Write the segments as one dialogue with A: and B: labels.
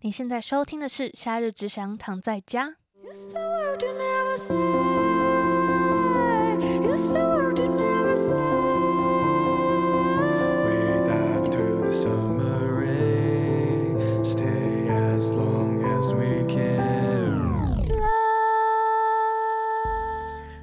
A: 你现在收听的是《夏日只想躺在家》。
B: It's the word you never say. It's the word you never say.
C: We dive to the summer rain, stay as long as we can.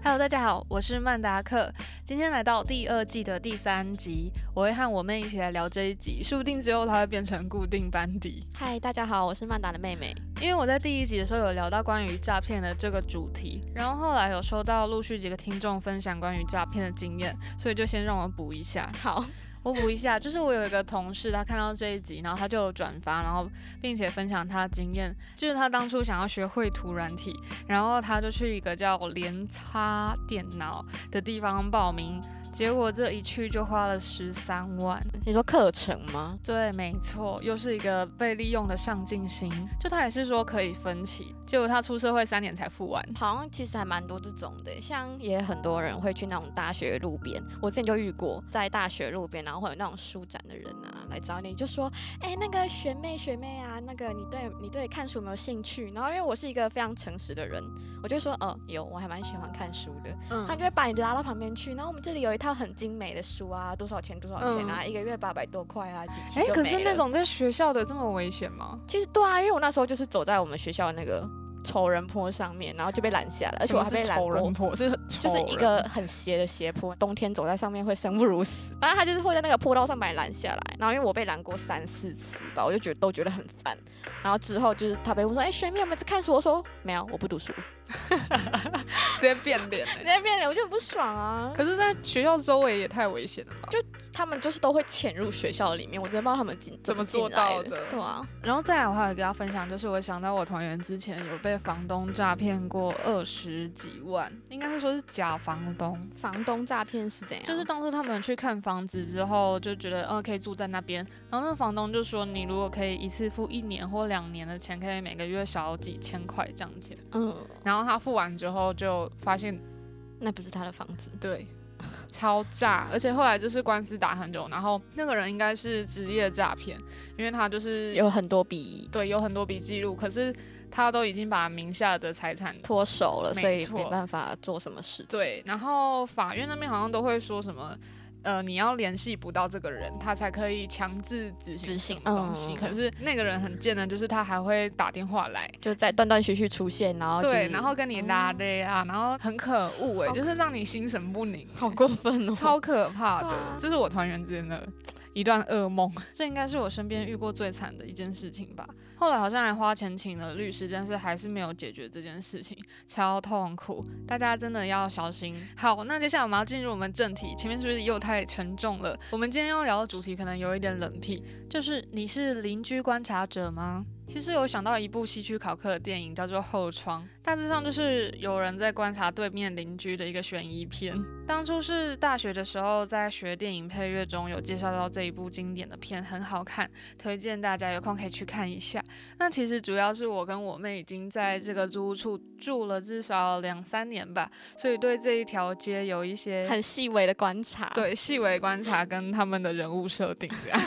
A: Hello，大家好，我是曼达克，今天来到第二季的第三集，我会和我妹一起来聊这一集，说不定之后她会变成固定班底。
D: 嗨，大家好，我是曼达的妹妹。
A: 因为我在第一集的时候有聊到关于诈骗的这个主题，然后后来有收到陆续几个听众分享关于诈骗的经验，所以就先让我补一下。
D: 好，
A: 我补一下，就是我有一个同事，他看到这一集，然后他就有转发，然后并且分享他的经验，就是他当初想要学绘图软体，然后他就去一个叫联插电脑的地方报名，结果这一去就花了十三万。
D: 你说课程吗？
A: 对，没错，又是一个被利用的上进心。就他也是说可以分期，结果他出社会三年才付完。
D: 好像其实还蛮多这种的，像也很多人会去那种大学路边，我之前就遇过，在大学路边，然后会有那种书展的人啊来找你，就说，哎、那个学妹学妹啊，那个你对你对看书有没有兴趣？然后因为我是一个非常诚实的人，我就说，呃，有，我还蛮喜欢看书的。
A: 嗯
D: 他们就会把你拉到旁边去，然后我们这里有一套很精美的书啊，多少钱多少钱啊，一个月八百多块啊，几期
A: 哎、
D: 就
A: 可
D: 没
A: 是那
D: 了
A: 种在学校的这么危险吗？
D: 其实对啊，因为我那时候就是走在我们学校那个仇人坡上面，然后就被拦下来，而且我还
A: 什么
D: 被
A: 是
D: 拦
A: 仇人
D: 过。
A: 婆，是
D: 就是
A: 仇
D: 一
A: 人
D: 个很斜的斜坡，冬天走在上面会生不如死。反正他就是会在那个坡道上把你拦下来，然后因为我被拦过三四次吧，我就觉得都觉得很烦。然后之后就是他被问说：“哎、学妹有没有在看书？”我说：“没有，我不读书。
A: 直接变脸、”
D: 直
A: 欸。
D: 接变脸，我就很不爽啊！
A: 可是，在学校周围也太危险了吧？
D: 他们就是都会潜入学校里面，我真的不知道他们进
A: 怎么
D: 进
A: 做
D: 来
A: 到的
D: 对啊，
A: 然后再来，我还有一个要分享，就是我想到我团员之前有被房东诈骗过二十几万，应该是说是假房东。
D: 房东诈骗是怎样？
A: 就是当初他们去看房子之后，就觉得呃可以住在那边，然后那个房东就说，你如果可以一次付一年或两年的钱，可以每个月少几千块这样子。
D: 嗯，
A: 然后他付完之后就发现，
D: 那不是他的房子。
A: 对， 超诈，而且后来就是官司打很久，然后那个人应该是职业诈骗，因为他就是
D: 有很多笔
A: 对有很多笔记录，可是他都已经把名下的财产
D: 脱手了，
A: 没
D: 所以
A: 错
D: 没办法做什么事情。，
A: 对，然后法院那边好像都会说什么，呃，你要联系不到这个人，他才可以强制执行
D: 执
A: 什
D: 行
A: 么东西。
D: 嗯
A: 可是那个人很贱的，就是他还会打电话来，
D: 就在断断续续出现，然后哦就
A: 对，
D: 是
A: 然后跟你拉
D: 哦
A: 勒啊，然后很可恶哎、
D: 好
A: 就是让你心神不宁、
D: 好过分哦，
A: 超可怕
D: 对
A: 的
D: 啊，
A: 这是我团员之间的一段噩梦，这应该是我身边遇过最惨的一件事情吧。后来好像还花钱请了律师，但是还是没有解决这件事情，超痛苦，大家真的要小心。好，那接下来我们要进入我们正题，前面是不是又太沉重了？我们今天要聊的主题可能有一点冷僻，就是你是邻居观察者吗？其实有想到一部希区考克的电影叫做《后窗》，大致上就是有人在观察对面邻居的一个悬疑片。当初是大学的时候，在学电影配乐中有介绍到这一部经典的片，很好看，推荐大家有空可以去看一下。那其实主要是我跟我妹已经在这个租屋处住了至少两三年吧，所以对这一条街有一些
D: 很细微的观察。，
A: 对细微观察 跟他们的人物设定这样。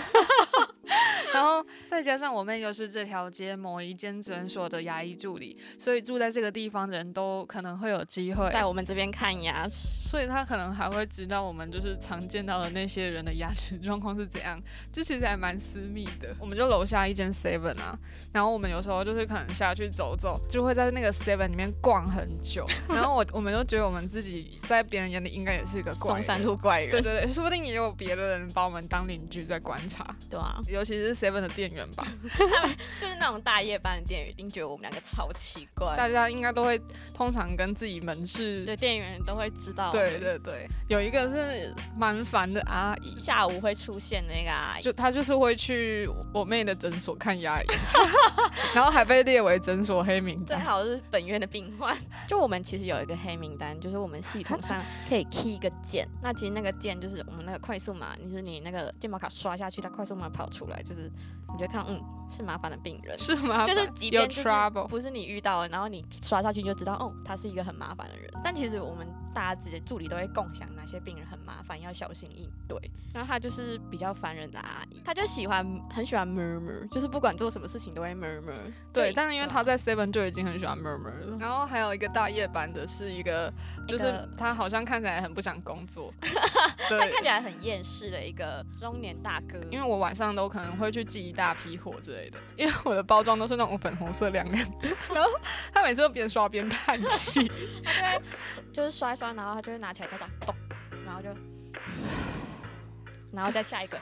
A: 然后再加上我妹又是这条街某一间诊所的牙医助理，所以住在这个地方的人都可能会有机会，
D: 在我们这边看牙齿，
A: 所以她可能还会知道我们就是常见到的那些人的牙齿 状况是怎样，就其实还蛮私密的。我们就楼下一间 Seven 啊，然后我们有时候就是可能下去走走，就会在那个 Seven 里面逛很久，然后我我们就觉得我们自己在别人眼里应该也是一个怪
D: 松
A: 人。
D: 山路怪人，
A: 对对对，说不定也有别的人把我们当邻居在观察，
D: 对啊，
A: 尤其是 Seven 的店员吧，
D: 就是那种大夜班的店员一定觉得我们两个超奇怪，
A: 大家应该都会通常跟自己门市。
D: 对，店员都会知道。
A: 对。对对，有一个是蛮烦的阿姨，
D: 下午会出现那个阿姨，
A: 就她就是会去我妹的诊所看牙医， 然后还被列为诊所黑名
D: 最
A: 单。
D: 好是本院的病患。 就我们其实有一个黑名单，就是我们系统上可以 key 一个键，那其实那个键就是我们那个快速码，就是你那个健保卡刷下去，它快速码跑出来，就是你就会看，嗯，是麻烦的病人。
A: 是吗？
D: 就是即
A: 有
D: 便就是
A: trouble，
D: 不是你遇到了，然后你刷下去你就知道，哦，他是一个很麻烦的人。但其实我们大家自己助理都会共享哪些病人很麻烦，要小心应对。然后她就是比较烦人的阿姨，她就喜欢很喜欢 murmur，就是不管做什么事情都会 murmur。
A: 对，但是因为
D: 对
A: 他在 Seven 就已经很喜欢 murmur 了。然后还有一个大夜班的是一个，就是
D: 个
A: 他好像看起来很不想工 作，
D: 她
A: 对，
D: 看起来很厌世的一个中年大哥，
A: 因为我晚上都可能会去寄一大批货之类的，因为我的包装都是那种粉红色两个 人的，然后他每次都边刷边叹气，
D: 就是刷一刷，然后他就会拿起来，他讲咚，然后就，然后再下一个，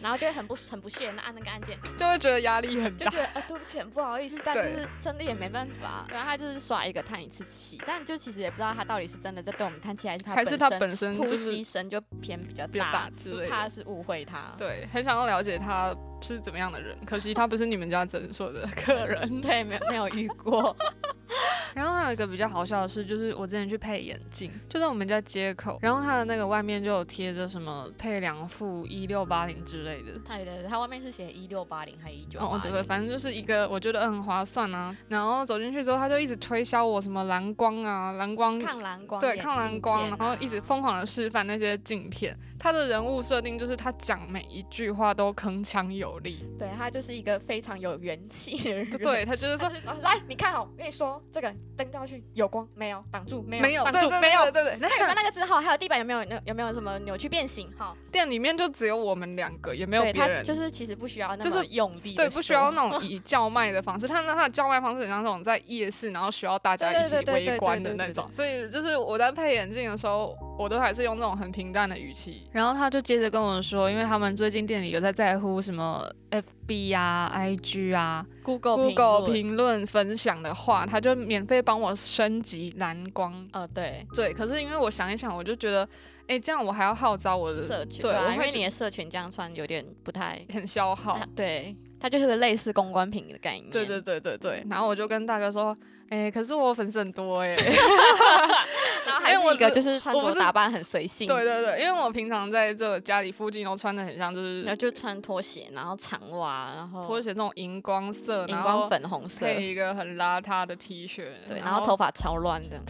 D: 然后就会很不很不屑地按那个按 键，
A: 就会觉得压力很
D: 就
A: 大。
D: 觉得呃对不起，很不好意思，但就
A: 对
D: 是真的也没办法。然后他就是刷一个叹一次气，但就其实也不知道他到底是真的在对我们叹气，还是他
A: 还是他
D: 身
A: 本身
D: 呼
A: 就是
D: 吸声就偏比较
A: 比较大之
D: 就
A: 类的
D: 怕是误会他。
A: 对，很想要了解他是怎么样的人，可惜他不是你们家诊所的客人。
D: 对，没有没有遇过，
A: 然后还有一个比较好笑的事，就是我之前去配眼镜，就在我们家街口，然后它的那个外面就有贴着什么配良副一六八零之类的。
D: 他对对，他外面是写一六八零还一九
A: 哦，
D: 八
A: 对对，
D: 零，
A: 反正就是一个我觉得很划算啊。
D: 嗯
A: 然后走进去之后，他就一直推销我什么蓝光啊，蓝光
D: 抗蓝光
A: 对
D: 眼
A: 抗蓝
D: 镜
A: 光，
D: 片
A: 然后
D: 啊
A: 一直疯狂的示范那些镜片。他的人物设定就是他讲每一句话都铿锵有 力，
D: 对他就是一个非常有元气的人。
A: 对他就是
D: 他
A: 说
D: 就是，来你看好，我跟你说，这个灯掉下去有光没有？挡住没有？
A: 没有，
D: 挡
A: 对
D: 住
A: 对
D: 没有
A: 对？对对，
D: 看有没有那个字号，还有地板有没有那有没有什么扭曲变形？哈，
A: 店里面就只有我们两个，也没有
D: 对
A: 别
D: 他
A: 人，
D: 就是其实不需要那
A: 就是
D: 么用力，
A: 对，不需要。那种以叫卖的方式，他那他的叫卖方式很像那种在夜市，然后需要大家一起
D: 对对对对
A: 围观的
D: 对对
A: 那
D: 对
A: 种。所以就是我在配眼镜的时候，我都还是用那种很平淡的语气。然后他就接着跟我说，因为他们最近店里有在在乎什么 FB 啊、IG 啊、
D: Google
A: Google 评
D: 评论，
A: 论分享的话，他就免费帮我升级蓝光。
D: 呃，对，
A: 对，可是因为我想一想，我就觉得，哎，这样我还要号召我的，
D: 社群
A: 对
D: 对
A: 我
D: 啊，
A: 会
D: 因为
A: 觉
D: 你的社群这样穿有点不太
A: 很消耗。
D: 它对，它就是个类似公关品的概念。
A: 对对，对对对，然后我就跟大哥说，哎、可是我粉丝很多哎、
D: 然后
A: 因
D: 还
A: 为我
D: 是一个
A: 只
D: 就是穿
A: 我不
D: 着
A: 是
D: 打扮很随性，
A: 对对对，因为我平常在这个家里附近都穿的很像，就
D: 然后
A: 是
D: 就穿拖鞋，然后长袜，然后
A: 拖鞋那种荧光色，
D: 荧
A: 然
D: 光
A: 后
D: 粉红色，
A: 配一个很邋遢的 T 恤，
D: 对，然后头
A: 发
D: 发超乱 的，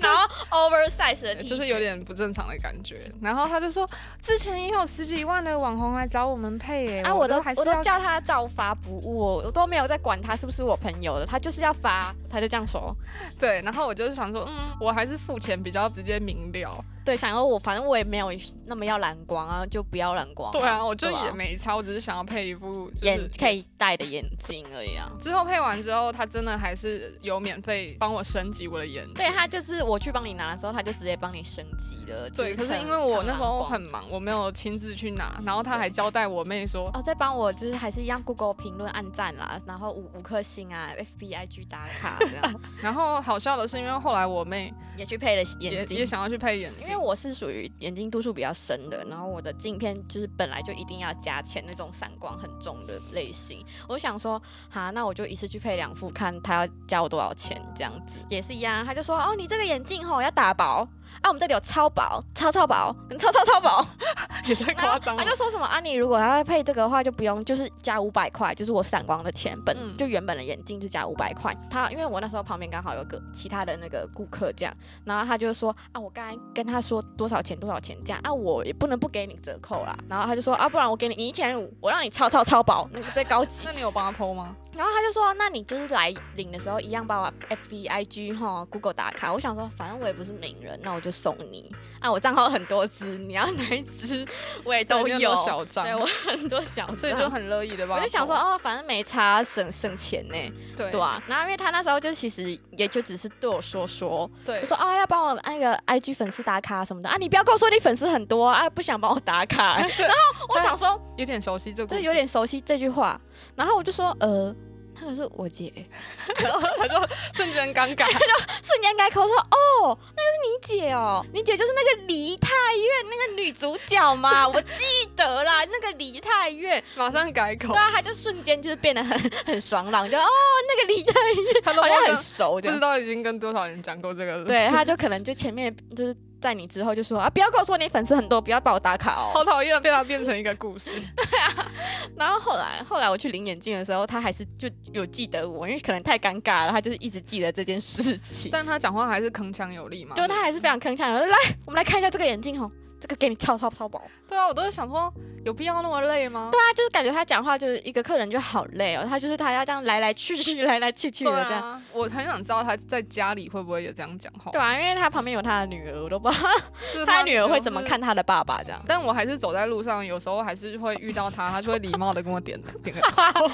D: 然后 oversize 的 T
A: 呃
D: 恤
A: 就是有点不正常的感觉。然后他就说，之前也有十几万的网红来找我们配耶、
D: 啊，
A: 我
D: 我都
A: 还是
D: 我都
A: 要
D: 叫他照发不误，我我都没有在管他是不是我朋友的，他就是要发，他就这样说，
A: 对，然后我就是想说，嗯，我还是付钱比较直接明了。
D: 对，想要我反正我也没有那么要蓝光啊，就不要蓝光、
A: 对啊，我就
D: 对啊
A: 也没差，我只是想要配一副、就是、
D: 眼可以戴的眼镜而已啊。
A: 之后配完之后，他真的还是有免费帮我升级我的眼睛。
D: 对他就是我去帮你拿的时候，他就直接帮你升级了。
A: 对，可
D: 就是成
A: 因为我那时候
D: 抗蓝光
A: 很忙，我没有亲自去
D: 嗯
A: 拿，然后他还交代我妹说，
D: 哦，再帮我就是还是一样 Google 评论按赞啦，然后五五颗星啊，FBIG 打卡这 样，
A: 然后好笑的是，因为后来我妹
D: 也去配了
A: 也
D: 眼镜
A: 也。想要去配眼
D: 因
A: 镜
D: 为，我是属于眼睛度数比较深的，然后我的镜片就是本来就一定要加钱那种散光很重的类型。我就想说，哈，那我就一次去配两副，看他要加我多少钱这样子，也是一样啊。他就说，哦，你这个眼镜吼要打薄啊，我们这里有超薄、超超薄、跟超超超薄。
A: 也太夸张了
D: 他就。说什么啊，你如果要配这个的话，就不用，就是加五百块，就是我散光的钱本，
A: 嗯
D: 就原本的眼镜就加五百块。他因为我那时候旁边刚好有个其他的那个顾客这样，然后他就说啊，我刚才跟他说多少钱多少钱这样啊，我也不能不给你折扣啦。然后他就说啊，不然我给你你一千五，我让你超超超薄，那个最高级
A: 那。你有帮他剖吗？
D: 然后他就说，那你就是来领的时候一样把我 F B I G 哈 Google 打卡。我想说，反正我也不是名人，那我就送你啊，我账号很多只，你要哪一只我也都
A: 对你
D: 有。
A: 多小张
D: 对，我很多小
A: 所以就
D: 账
A: 很乐意的吧。
D: 我就想说，哦，反正没差，省省钱呢，
A: 对
D: 对啊。然后因为他那时候就其实也就只是对我说说，
A: 对
D: 我， 说哦要帮我那个 IG 粉丝打卡什么的啊，你不要跟我说你粉丝很多啊，不想帮我打卡。 然后我想说，
A: 有点熟悉这个，
D: 就有。点熟悉这句话，然后我就说，呃，那个是我姐，
A: 他就瞬间尴 尬，
D: 瞬间改口说，哦，那个是你姐哦，你姐就是那个梨泰院那个女主角嘛， 我记得啦，那个梨泰院，
A: 马上改口
D: 对。啊，他就瞬间就是变得很很爽朗，就哦那个梨泰院
A: 他都
D: 好像
A: 忘
D: 很
A: 了
D: 熟
A: 不知
D: 的，
A: 道已经跟多少人讲过这个了。
D: 对，他就可能就前面就是在你之后就说啊，不要告诉我你粉丝很多，不要帮我打卡
A: 好
D: 哦。
A: 讨厌，被他变成一个故事。
D: 然后后来后来我去领眼镜的时候，他还是就有记得我，因为可能太尴尬了，他就是一直记得这件事情。
A: 但他讲话还是铿锵有力嘛。
D: 就他还是非常铿锵的。来，我们来看一下这个眼镜哦，这个给你超超超薄。
A: 对啊，我都想说，有必要那么累吗？
D: 对啊，就是感觉他讲话就是一个客人就好累哦，他就是他要这样来来去去，来来去去的这样。
A: 啊，我很想知道他在家里会不会也这样讲话。
D: 对啊，因为他旁边有他的女儿，我都不 知道
A: 就是
D: 他女儿会怎么
A: 就是
D: 看他的爸爸这样，
A: 但我还是走在路上，有时候还是会遇到他，他就会礼貌的跟我点点 个头。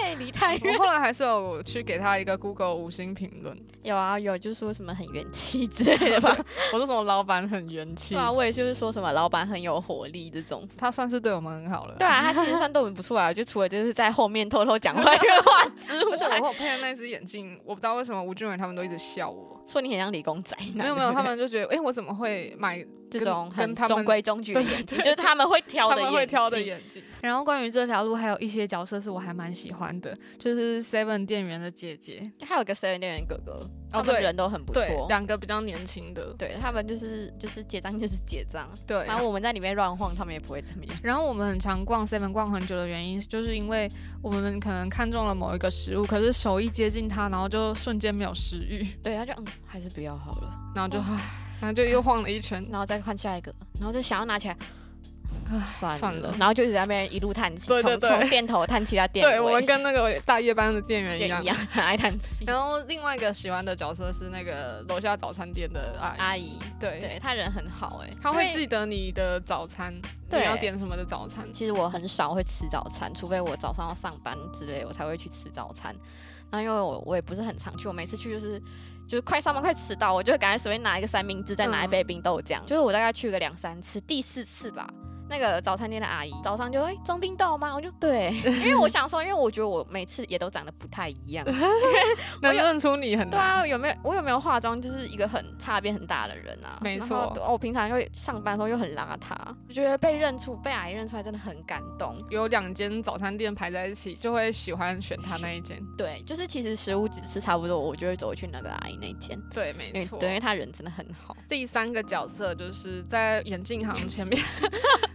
D: 嘿，离太
A: 我后来还是有去给他一个 Google 五星评论，
D: 有啊有，就说什么很元气之类的吧。
A: 我说什么老板很元气
D: 对，啊， 我也就是说什么老板很有活力这种。
A: 他算是对我们很好了。
D: 对啊，他其实算对我们不错啊，就除了就是在后面偷偷讲坏话 之
A: 而且我
D: 外，
A: 后配的那只眼镜，我不知道为什么吴俊伟他们都一直笑我。
D: 说你很像理工 宅男。
A: 没有没有，他们就觉得，哎、我怎么会买
D: 这
A: 跟
D: 种
A: 跟
D: 很
A: 他
D: 中
A: 们
D: 规中 矩的眼睛，就是他们会挑
A: 他
D: 的
A: 们
D: 眼睛，
A: 会挑的眼镜。然后关于这条路，还有一些角色是我还蛮喜欢的，就是 Seven 店员的姐姐，
D: 还有个 Seven 店员哥哥，
A: 哦
D: 他们
A: 对
D: 人都很不
A: 对，
D: 错。
A: 两个比较年轻的，
D: 对他们就是就是结账就是结账，
A: 对。
D: 然后我们在里面乱晃，他们也不会怎么样。
A: 然后我们很常逛 Seven 逛很久的原因，就是因为我们可能看中了某一个食物，可是手一接近它，然后就瞬间没有食欲，
D: 对，他就嗯，还是不要好了，
A: 然后就唉，然后就又晃了一圈。
D: 然后再换下一个，然后再想要拿起来，算
A: 算了
D: 然后就一直在那边一路叹气，
A: 对对
D: 从
A: 对
D: 从店头叹气 到店尾，
A: 对我们跟那个大夜班的店员
D: 也
A: 一样
D: 一。样，很爱叹气。
A: 然后另外一个喜欢的角色是那个楼下早餐店的阿姨，
D: 阿姨，
A: 对，
D: 对她人很好哎，
A: 她会
D: 因为
A: 记得你的早餐，你
D: 对
A: 要点什么的早餐。
D: 其实我很少会吃早餐，除非我早上要上班之类，我才会去吃早餐。然后因为我我也不是很常去，我每次去就是就是快上班快迟到，我就会赶快随便拿一个三明治，再拿一
A: 嗯
D: 杯冰豆浆。就是我大概去个两三次，第四次吧。那个早餐店的阿姨早上就哎装冰豆吗？我就对，因为我想说，因为我觉得我每次也都长得不太一 样。
A: 能
D: 我有
A: 认出你很
D: 对
A: 难。
D: 啊，有没有我有没有化妆，就是一个很差别很大的人啊。
A: 没
D: 然
A: 错
D: 后我平常又上班的时候又很邋遢，我觉得被认出被阿姨认出来真的很感动。
A: 有两间早餐店排在一起，就会喜欢选他那一间。
D: 对，就是其实食物只是差不多，我就会走去那个阿姨那间，
A: 对，
D: 因
A: 没
D: 为
A: 错。
D: 对，因为她人真的很好。
A: 第三个角色就是在眼镜行前 面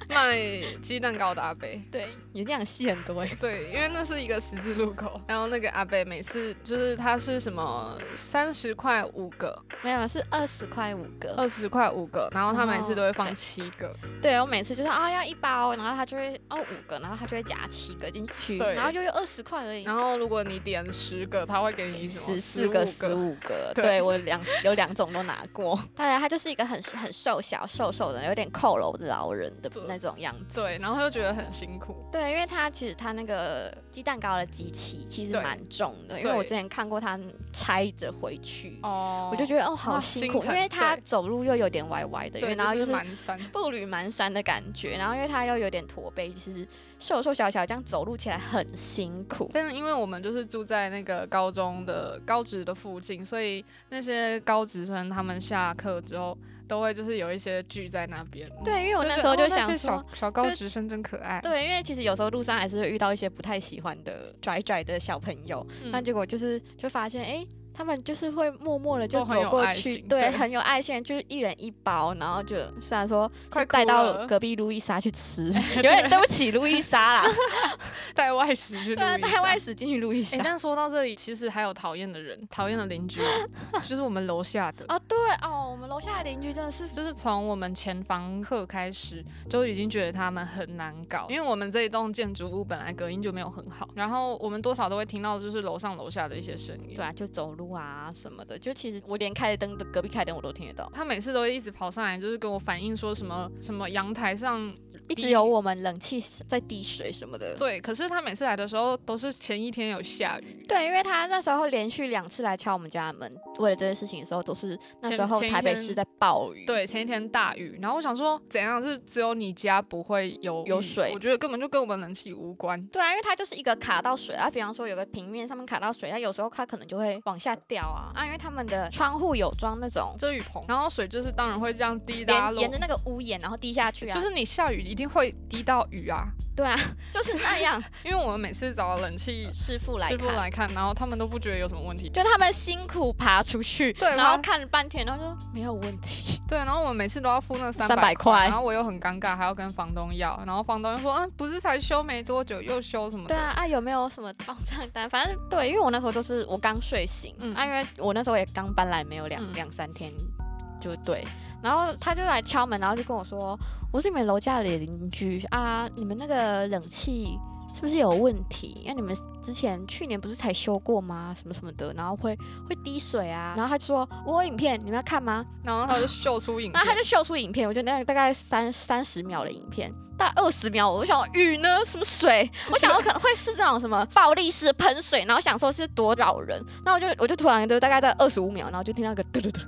A: 卖鸡蛋糕的阿贝。
D: 对，也这样细很多哎、
A: 对，因为那是一个十字路口， 然后那个阿贝每次就是他是什么三十块五个，
D: 没有是二十块五个。
A: 二十块五个，然后他每次都会
D: 哦
A: 放
D: 对
A: 七个，
D: 哦对，我每次就是啊要一包，然后她就会哦五个，然后她就会夹七个进去，
A: 对
D: 然后就有二十块而已。
A: 然后如果你点十个，他会给你什么
D: 十四个、
A: 15
D: 十五个，
A: 对
D: 对我两有两种都拿 过。当然，她就是一个很很瘦小、瘦瘦的，有点佝偻的老人的
A: 对
D: 那种样子。
A: 对，然后他就觉得很辛苦。
D: 对，因为它其实它那个鸡蛋糕的机器其实
A: 对
D: 蛮重的，因为我
A: 对
D: 之前看过他拆着回去，
A: 哦
D: 我就觉得哦好
A: 啊
D: 辛
A: 心
D: 苦，因
A: 疼
D: 为他
A: 对
D: 走路又有点歪歪的，因为
A: 对，
D: 然后
A: 就
D: 就是是
A: 蛮酸。
D: 步履蹒跚的感觉，然后因为他又有点驼背，其实瘦瘦小小这样走路起来很辛苦。
A: 但是因为我们就是住在那个高中的高职的附近，所以那些高职生他们下课之后都会就是有一些聚在那边。
D: 对，因为我
A: 就
D: 那
A: 是
D: 时候
A: 哦
D: 就
A: 那
D: 想
A: 些
D: 说
A: 小，小高
D: 就
A: 职生真可爱。
D: 对，因为其实有时候路上还是会遇到一些不太喜欢的拽拽的小朋友，
A: 嗯
D: 那结果就是就发现，哎、他们就是会默默的就
A: 都很
D: 走
A: 有
D: 过
A: 爱
D: 去，
A: 心
D: 对，
A: 对
D: 很有爱心，就是一人一包，然后就虽然说
A: 快
D: 是
A: 哭
D: 带到
A: 了
D: 隔壁路易莎去 吃，有点对不起路易莎啦，
A: 带外食去
D: 对啊，
A: 录一
D: 带外
A: 下。
D: 食进去路易莎
A: 哎、。 但说到这里，其实还有讨厌的人，讨厌的邻居哦， 就是我们楼下的。
D: 啊，对哦，我们楼下的邻居真的是
A: 就是从我们前房客开始，就已经觉得他们很难搞，因为我们这一栋建筑物本来隔音就没有很好，然后我们多少都会听到就是楼上楼下的一些声音。
D: 对啊，就走路啊什么的，就其实我连开的灯，隔壁开的灯我都听得到，
A: 他每次都会一直跑上来，就是跟我反映说什么什么阳台上
D: 一直有我们冷气在滴水什么的。
A: 对，可是他每次来的时候都是前一天有下雨，
D: 对，因为他那时候连续两次来敲我们家的门，为了这件事情的时候，都是那时
A: 前
D: 候
A: 前一
D: 台北
A: 天
D: 市在暴雨。
A: 对，前一天大雨，然后我想说怎样是只有你家不会有
D: 有
A: 雨
D: 水
A: 我觉得根本就跟我们冷气无关。
D: 对啊，因为它就是一个卡到水啊，比方说有个平面上面卡到水，它有时候它可能就会往下掉啊啊，因为他们的窗户有装那种
A: 遮雨棚，然后水就是当然会这样滴答
D: 沿
A: 落
D: 沿着，那个屋檐然后滴下去啊，
A: 就是你下雨一定会滴到雨啊，
D: 对啊，就是那样。
A: 因为我们每次找冷气
D: 师傅来
A: 师傅
D: 看
A: 来看，然后他们都不觉得有什么问题。
D: 就他们辛苦爬出去，
A: 对
D: 然后
A: 吗
D: 看了半天，然后就没有问题。
A: 对，然后我们每次都要付那三
D: 300块
A: 然后我又很尴尬，还要跟房东要，然后房东又说，嗯，不是才修没多久又修什么的。
D: 对啊，啊有没有什么报账单？反正对，因为我那时候就是我刚睡醒，
A: 嗯
D: 啊，因为我那时候也刚搬来没有两
A: 嗯
D: 两、三天，就对。然后他就来敲门，然后就跟我说：“我是你们楼下的邻居啊，你们那个冷气是不是有问题？那、你们之前去年不是才修过吗？什么什么的，然后会会滴水啊。”然后他就说：“我有影片，你们要看吗？”
A: 然后他就秀出 影片，
D: 然后他就秀出影片，我就那大概三三十秒的影片，大概二十秒，我想雨呢，什么水，我想我可能会是那种什么暴力式喷水，然后想说是多扰人，那我就我就突然就大概在二十五秒，然后就听到一个嘟嘟嘟，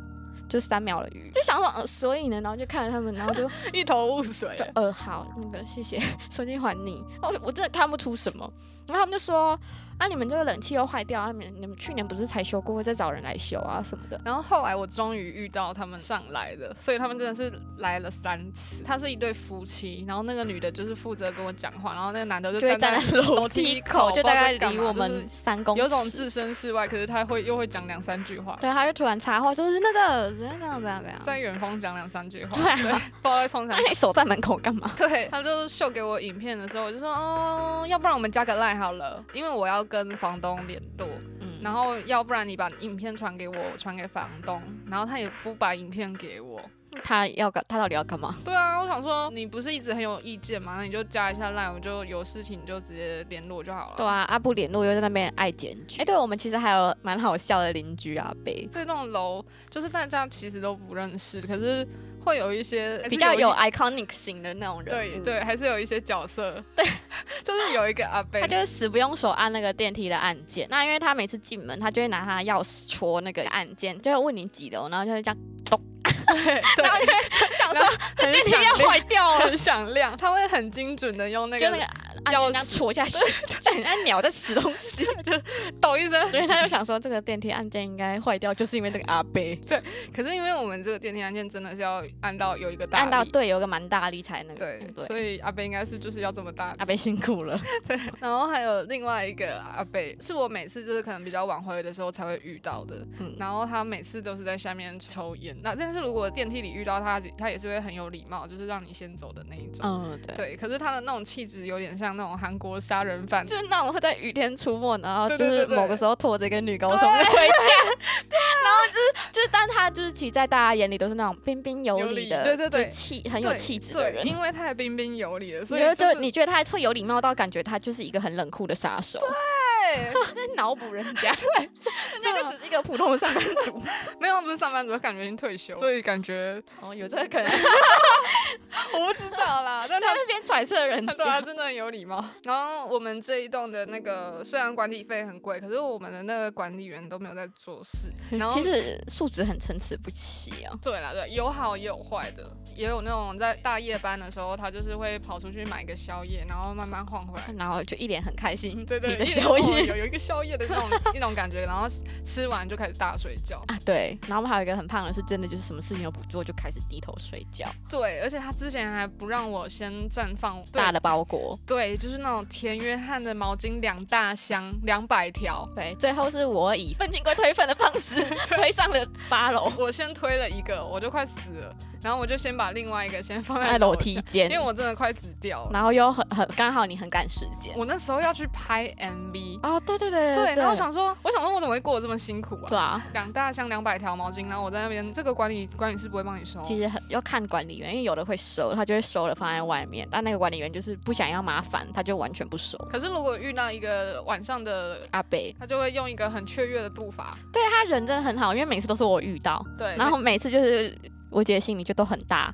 D: 就三秒的雨，就想说呃所以呢，然后就看着他们，然后就
A: 一头雾水
D: 就呃好那个谢谢，手机还你，我我真的看不出什么，然后他们就说。啊！你们这个冷气又坏掉，啊！你们你们去年不是才修过，会再找人来修啊什么的。
A: 然后后来我终于遇到他们上来的，所以他们真的是来了三次。他是一对夫妻，然后那个女的就是负责跟我讲话，然后那个男的就
D: 就会
A: 站
D: 站
A: 在
D: 在楼梯
A: 梯
D: 口，
A: 口
D: 就
A: 不知道
D: 大概
A: 在干
D: 离
A: 嘛
D: 我
A: 就
D: 们
A: 是
D: 三公尺。
A: 有种置身事外，可是他会又会讲两三句话，
D: 对，啊他就突然插话，就是那个怎样怎样怎样怎样。
A: 在远方讲两三句话，
D: 对啊
A: 不知道在冲啥
D: 那。你守在门口干嘛？
A: 对他就是秀给我影片的时候，我就说哦，要不然我们加个 line 好了，因为我要跟房东联络，
D: 嗯，
A: 然后要不然你把影片传给我，我传给房东，然后他也不把影片给我，
D: 他要干，他到底要干嘛？
A: 对啊，我想说你不是一直很有意见嘛，那你就加一下 line，我就有事情你就直接联络就好了。
D: 对，啊，阿布联络又在那边爱检举。哎、对我们其实还有蛮好笑的邻居阿贝，
A: 这栋楼就是大家其实都不认识，可是会有一些
D: 比较有啊
A: 还
D: 嗯 iconic 型的那种人
A: 是有一
D: 物。
A: 对对，还是有一些角色，对， 就是有一个阿伯
D: 他，就是死不用手按那个电梯的按键。那因为他每次进门，他就会拿他的钥匙戳那个按键，就会问你几楼，然后就会这样 咚，
A: 对，
D: 然后就会想说这电梯要坏掉了，
A: 很响亮，他会很精准的用那个
D: 就那个按
A: 钥
D: 键这样
A: 匙
D: 戳下去， 就很像鸟在吃东 西。
A: 抖一 声，
D: 所以他就想说，这个电梯按键应该坏掉，就是因为那个阿 贝
A: 可是因为我们这个电梯按键真的是要按到有一个大
D: 按到
A: 力
D: 对有一个蛮大力才那个，
A: 对
D: 嗯，
A: 所以阿贝应该是就是要这么大力
D: 阿贝辛苦 了，
A: 对，然后还有另外一个阿贝，是我每次就是可能比较晚回的时候才会遇到的。
D: 嗯
A: 然后他每次都是在下面抽烟，那但是如果电梯里遇到他，他也是会很有礼貌，就是让你先走的那一种。
D: 嗯对。
A: 对，可是他的那种气质有点像那种韩国杀人犯，
D: 就是那种会在雨天出没，然后就
A: 对
D: 是
A: 对对
D: 某个时候拖着一个女高中回家，对，然后 就是就是，但他就是其实在大家眼里都是那种彬彬有礼的，
A: 有礼对对对
D: 就是气很有气质的
A: 对，
D: 人。
A: 因为太彬彬有礼了，
D: 你
A: 所以
D: 觉得
A: 就是
D: 就你觉得他会有礼貌到感觉他就是一个很冷酷的杀手，
A: 对，
D: 在脑补人 家， 对，那个只是一个普通的上班族，
A: 没有不是上班族，感觉已经退休了，所以感觉
D: 哦，有这个可能，
A: 我不知道 啦，啊但
D: 在
A: 他
D: 那边揣测 人
A: 他对他
D: 家，
A: 真的很有礼貌。 然后我们这一栋的那个虽然管理费很贵，可是我们的那个管理员都没有在做 事。然后
D: 其实素质很参差不齐啊。
A: 对啦，对，有好也有坏的，也有那种在大夜班的时候，他就是会跑出去买个宵夜，然后慢慢晃回来。
D: 然后就一脸很开心，
A: 嗯对对，
D: 你的
A: 一直
D: 宵
A: 晃
D: 夜
A: 有有一个宵夜的那种 一种感觉，然后吃完就开始大睡觉。
D: 啊， 对。然后我们还有一个很胖的是，真的就是什么事情都不做，就开始低头睡觉，
A: 对，而且他之前还不让我先绽放对
D: 大的包裹。
A: 对，就是那种田约翰的毛巾两大箱，两百条，
D: 对，最后是我以奋进归推粪的方 式推上了八楼，
A: 我先推了一个，我就快死了，然后我就先把另外一个先放
D: 在
A: 在
D: 楼
A: 下
D: 梯，间
A: 因为。我真的快死掉了。
D: 然后又很很刚好你很赶时间。
A: 我那时候要去拍 MV，
D: 哦，对对对
A: 对，然后我想说，我想说我怎么会过得这么辛苦
D: 对
A: 啊？
D: 啊，
A: 两大箱两百条毛巾，然后我在那边，这个管理管理是不会帮你收。
D: 其实很要看管理员，因为有的会收，他就会收了放在外面，但那个管理员就是不想要麻烦，他就完全不收。
A: 可是如果遇到一个晚上的，
D: 阿北，
A: 他就会用一个很雀跃的步伐，
D: 对他人真的很好，因为每次都是我遇到，
A: 对，
D: 然后每次就是我姐的行李就都很大，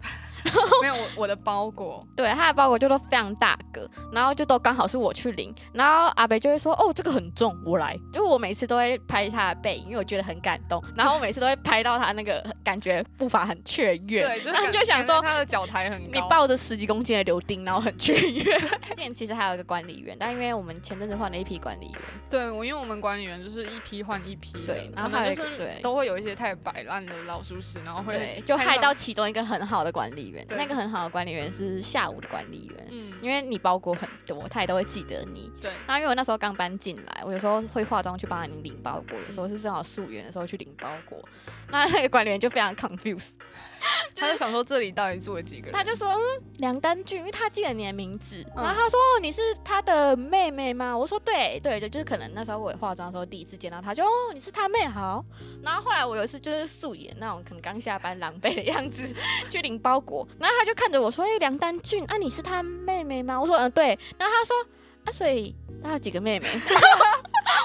A: 没有我我的包 裹，
D: 对，他的包裹就都非常大个，然后就都刚好是我去领，然后阿北就会说：“哦，这个很重，我来。”就我每次都会拍他的背影，因为我觉得很感动，然后我每次都会拍到他那个感觉步伐很雀跃，
A: 对，就是
D: 然后
A: 感
D: 就想
A: 感觉
D: 说。
A: 他的脚抬很
D: 你
A: 高，
D: 抱着十几公斤的柳丁，然后很雀跃。 之前其实还有一个管理员，但因为我们前阵子换了一批管理员，
A: 对，我因为我们管理员就是一批换一批的，
D: 对然后
A: 可
D: 还
A: 能
D: 有一
A: 就
D: 个对
A: 是都会有一些太摆烂的老鼠屎，然后会
D: 对，就害到
A: 太
D: 其中一个很好的管理员，
A: 对
D: 那个很好的管理员是下午的管理员，
A: 嗯，
D: 因为你包裹很多，他也都会记得你。
A: 对，
D: 那因为我那时候刚搬进来，我有时候会化妆去帮你领包裹，有时候是正好溯源的时候去领包裹。那那个管理员就非常 confused，
A: 他就想说这里到底住了几个人，
D: 他就说嗯梁丹俊，因为他记得你的名字，
A: 嗯
D: 然后他说哦你是他的妹妹吗？我说对对对，就是可能那时候我化妆的时候第一次见到他，就哦你是他妹好。然后后来我有一次就是素颜那种可能刚下班狼狈的样子 去领包裹，然后他就看着我说哎、梁丹俊啊你是他妹妹吗？我说嗯对，然后他说啊所以他有几个 妹妹？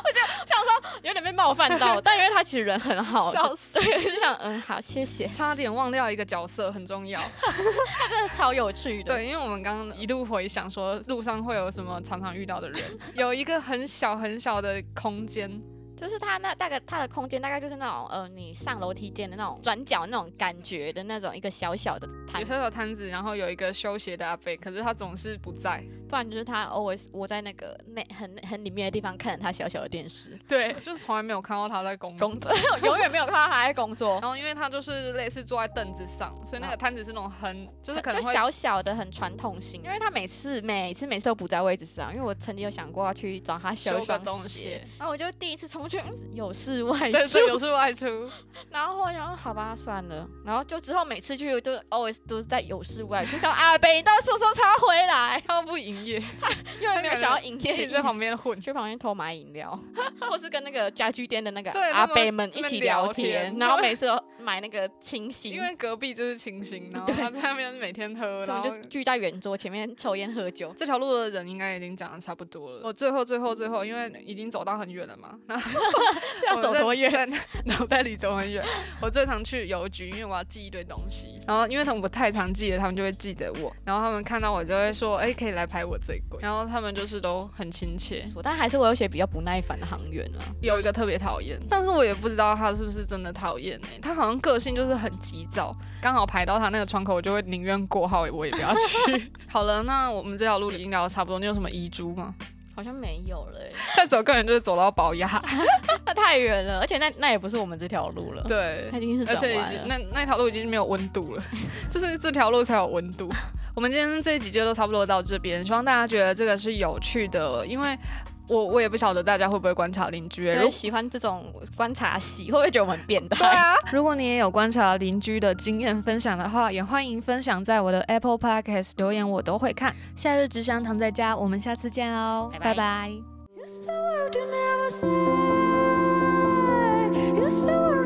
D: 我就想说有点被冒犯到，但因为他其实人很好，就
A: 笑死，
D: 对，就 想嗯好谢谢，
A: 差点忘掉一个角色很重要。
D: 他真的超有趣 的。
A: 对，因为我们刚刚一路回想说路上会有什么常常遇到的人，有一个很小很小的空间，
D: 就是它那大概它的空间大概就是那种呃，你上楼梯间的那种转角那种感觉的那种一个小小的摊
A: 有，小小摊子，然后有一个休息的阿贝，可是他总是不在。
D: 不然就是它 always 窝在那个那很很里面的地方看着它小小的电视
A: 对， 就是从来没有看到他在工作。
D: 工作， 永远没有看到它在工作，
A: 然后因为他就是类似坐在凳子上，所以那个摊子是那种嗯很就是可
D: 就
A: 能会
D: 小小的很传统型，因为它每次每次每次都不在位置上，因为我曾经有想过要去找它修一
A: 修个
D: 双
A: 东
D: 鞋
A: 西，，
D: 然后我就第一次冲去嗯有事外
A: 对
D: 出
A: 对，，有时候外出，
D: 然后我想说好吧，算了。然后就之后每次去都 always 都是在有事外出，想阿北你到底什么时候才要回来？
A: 他都不营业，
D: 因为没有想要营业的
A: 一
D: 意
A: 直
D: 思，
A: 在旁边混。
D: 去旁边偷买饮料， 或是跟那个家具店的那个
A: 对他
D: 阿
A: 们
D: 北们
A: 在那
D: 一
A: 边
D: 起
A: 聊
D: 聊天，
A: 天
D: 然后每次都买那个清新，
A: 因为隔壁就是清新，然后他在那边每天喝，
D: 他
A: 然
D: 们
A: 后
D: 就聚在圆桌前面抽烟喝 酒。
A: 这条路的人应该已经讲的差不多了。我嗯最后最后最后，因为已经走到很远了嘛，那
D: 这要走多远？
A: 在 脑袋里走很远。我最常去邮局，因为我要寄一堆东西。然后因为他们我太常寄了，他们就会记得我。然后他们看到我就会说：“哎、可以来排我这一柜。”然后他们就是都很亲切。
D: 但还是我有些比较不耐烦的行员啊，
A: 有一个特别讨厌，但是我也不知道他是不是真的讨厌哎。他好像个性就是很急躁，刚好排到他那个窗口，我就会宁愿过号，我也不要去。 好了，那我们这条路已经聊的差不多，你有什么遗珠吗？
D: 好像没有了欸、
A: 再走个人就是走到保 雅，
D: 那太远了，而且那那也不是我们这条路了，，
A: 对
D: 它，已经是
A: 而
D: 转
A: 且已
D: 弯
A: 经
D: 了。
A: 那那条路已经没有温度 了，就是这条路才有温度。我们今天这一集就都差不多到这边，希望大家觉得这个是有趣的，因为我我也不晓得大家会不会观察邻居。
D: 有
A: 如
D: 人喜欢这种观察系，会不会觉得我们很变
A: 对
D: 态？
A: 啊，如果你也有观察邻居的经验分享的话，也欢迎分享在我的 Apple Podcast 留言，我都会看。夏日只想躺在家，我们下次见喽，
D: 拜拜
A: 拜拜
B: Used the word you never say. Used the word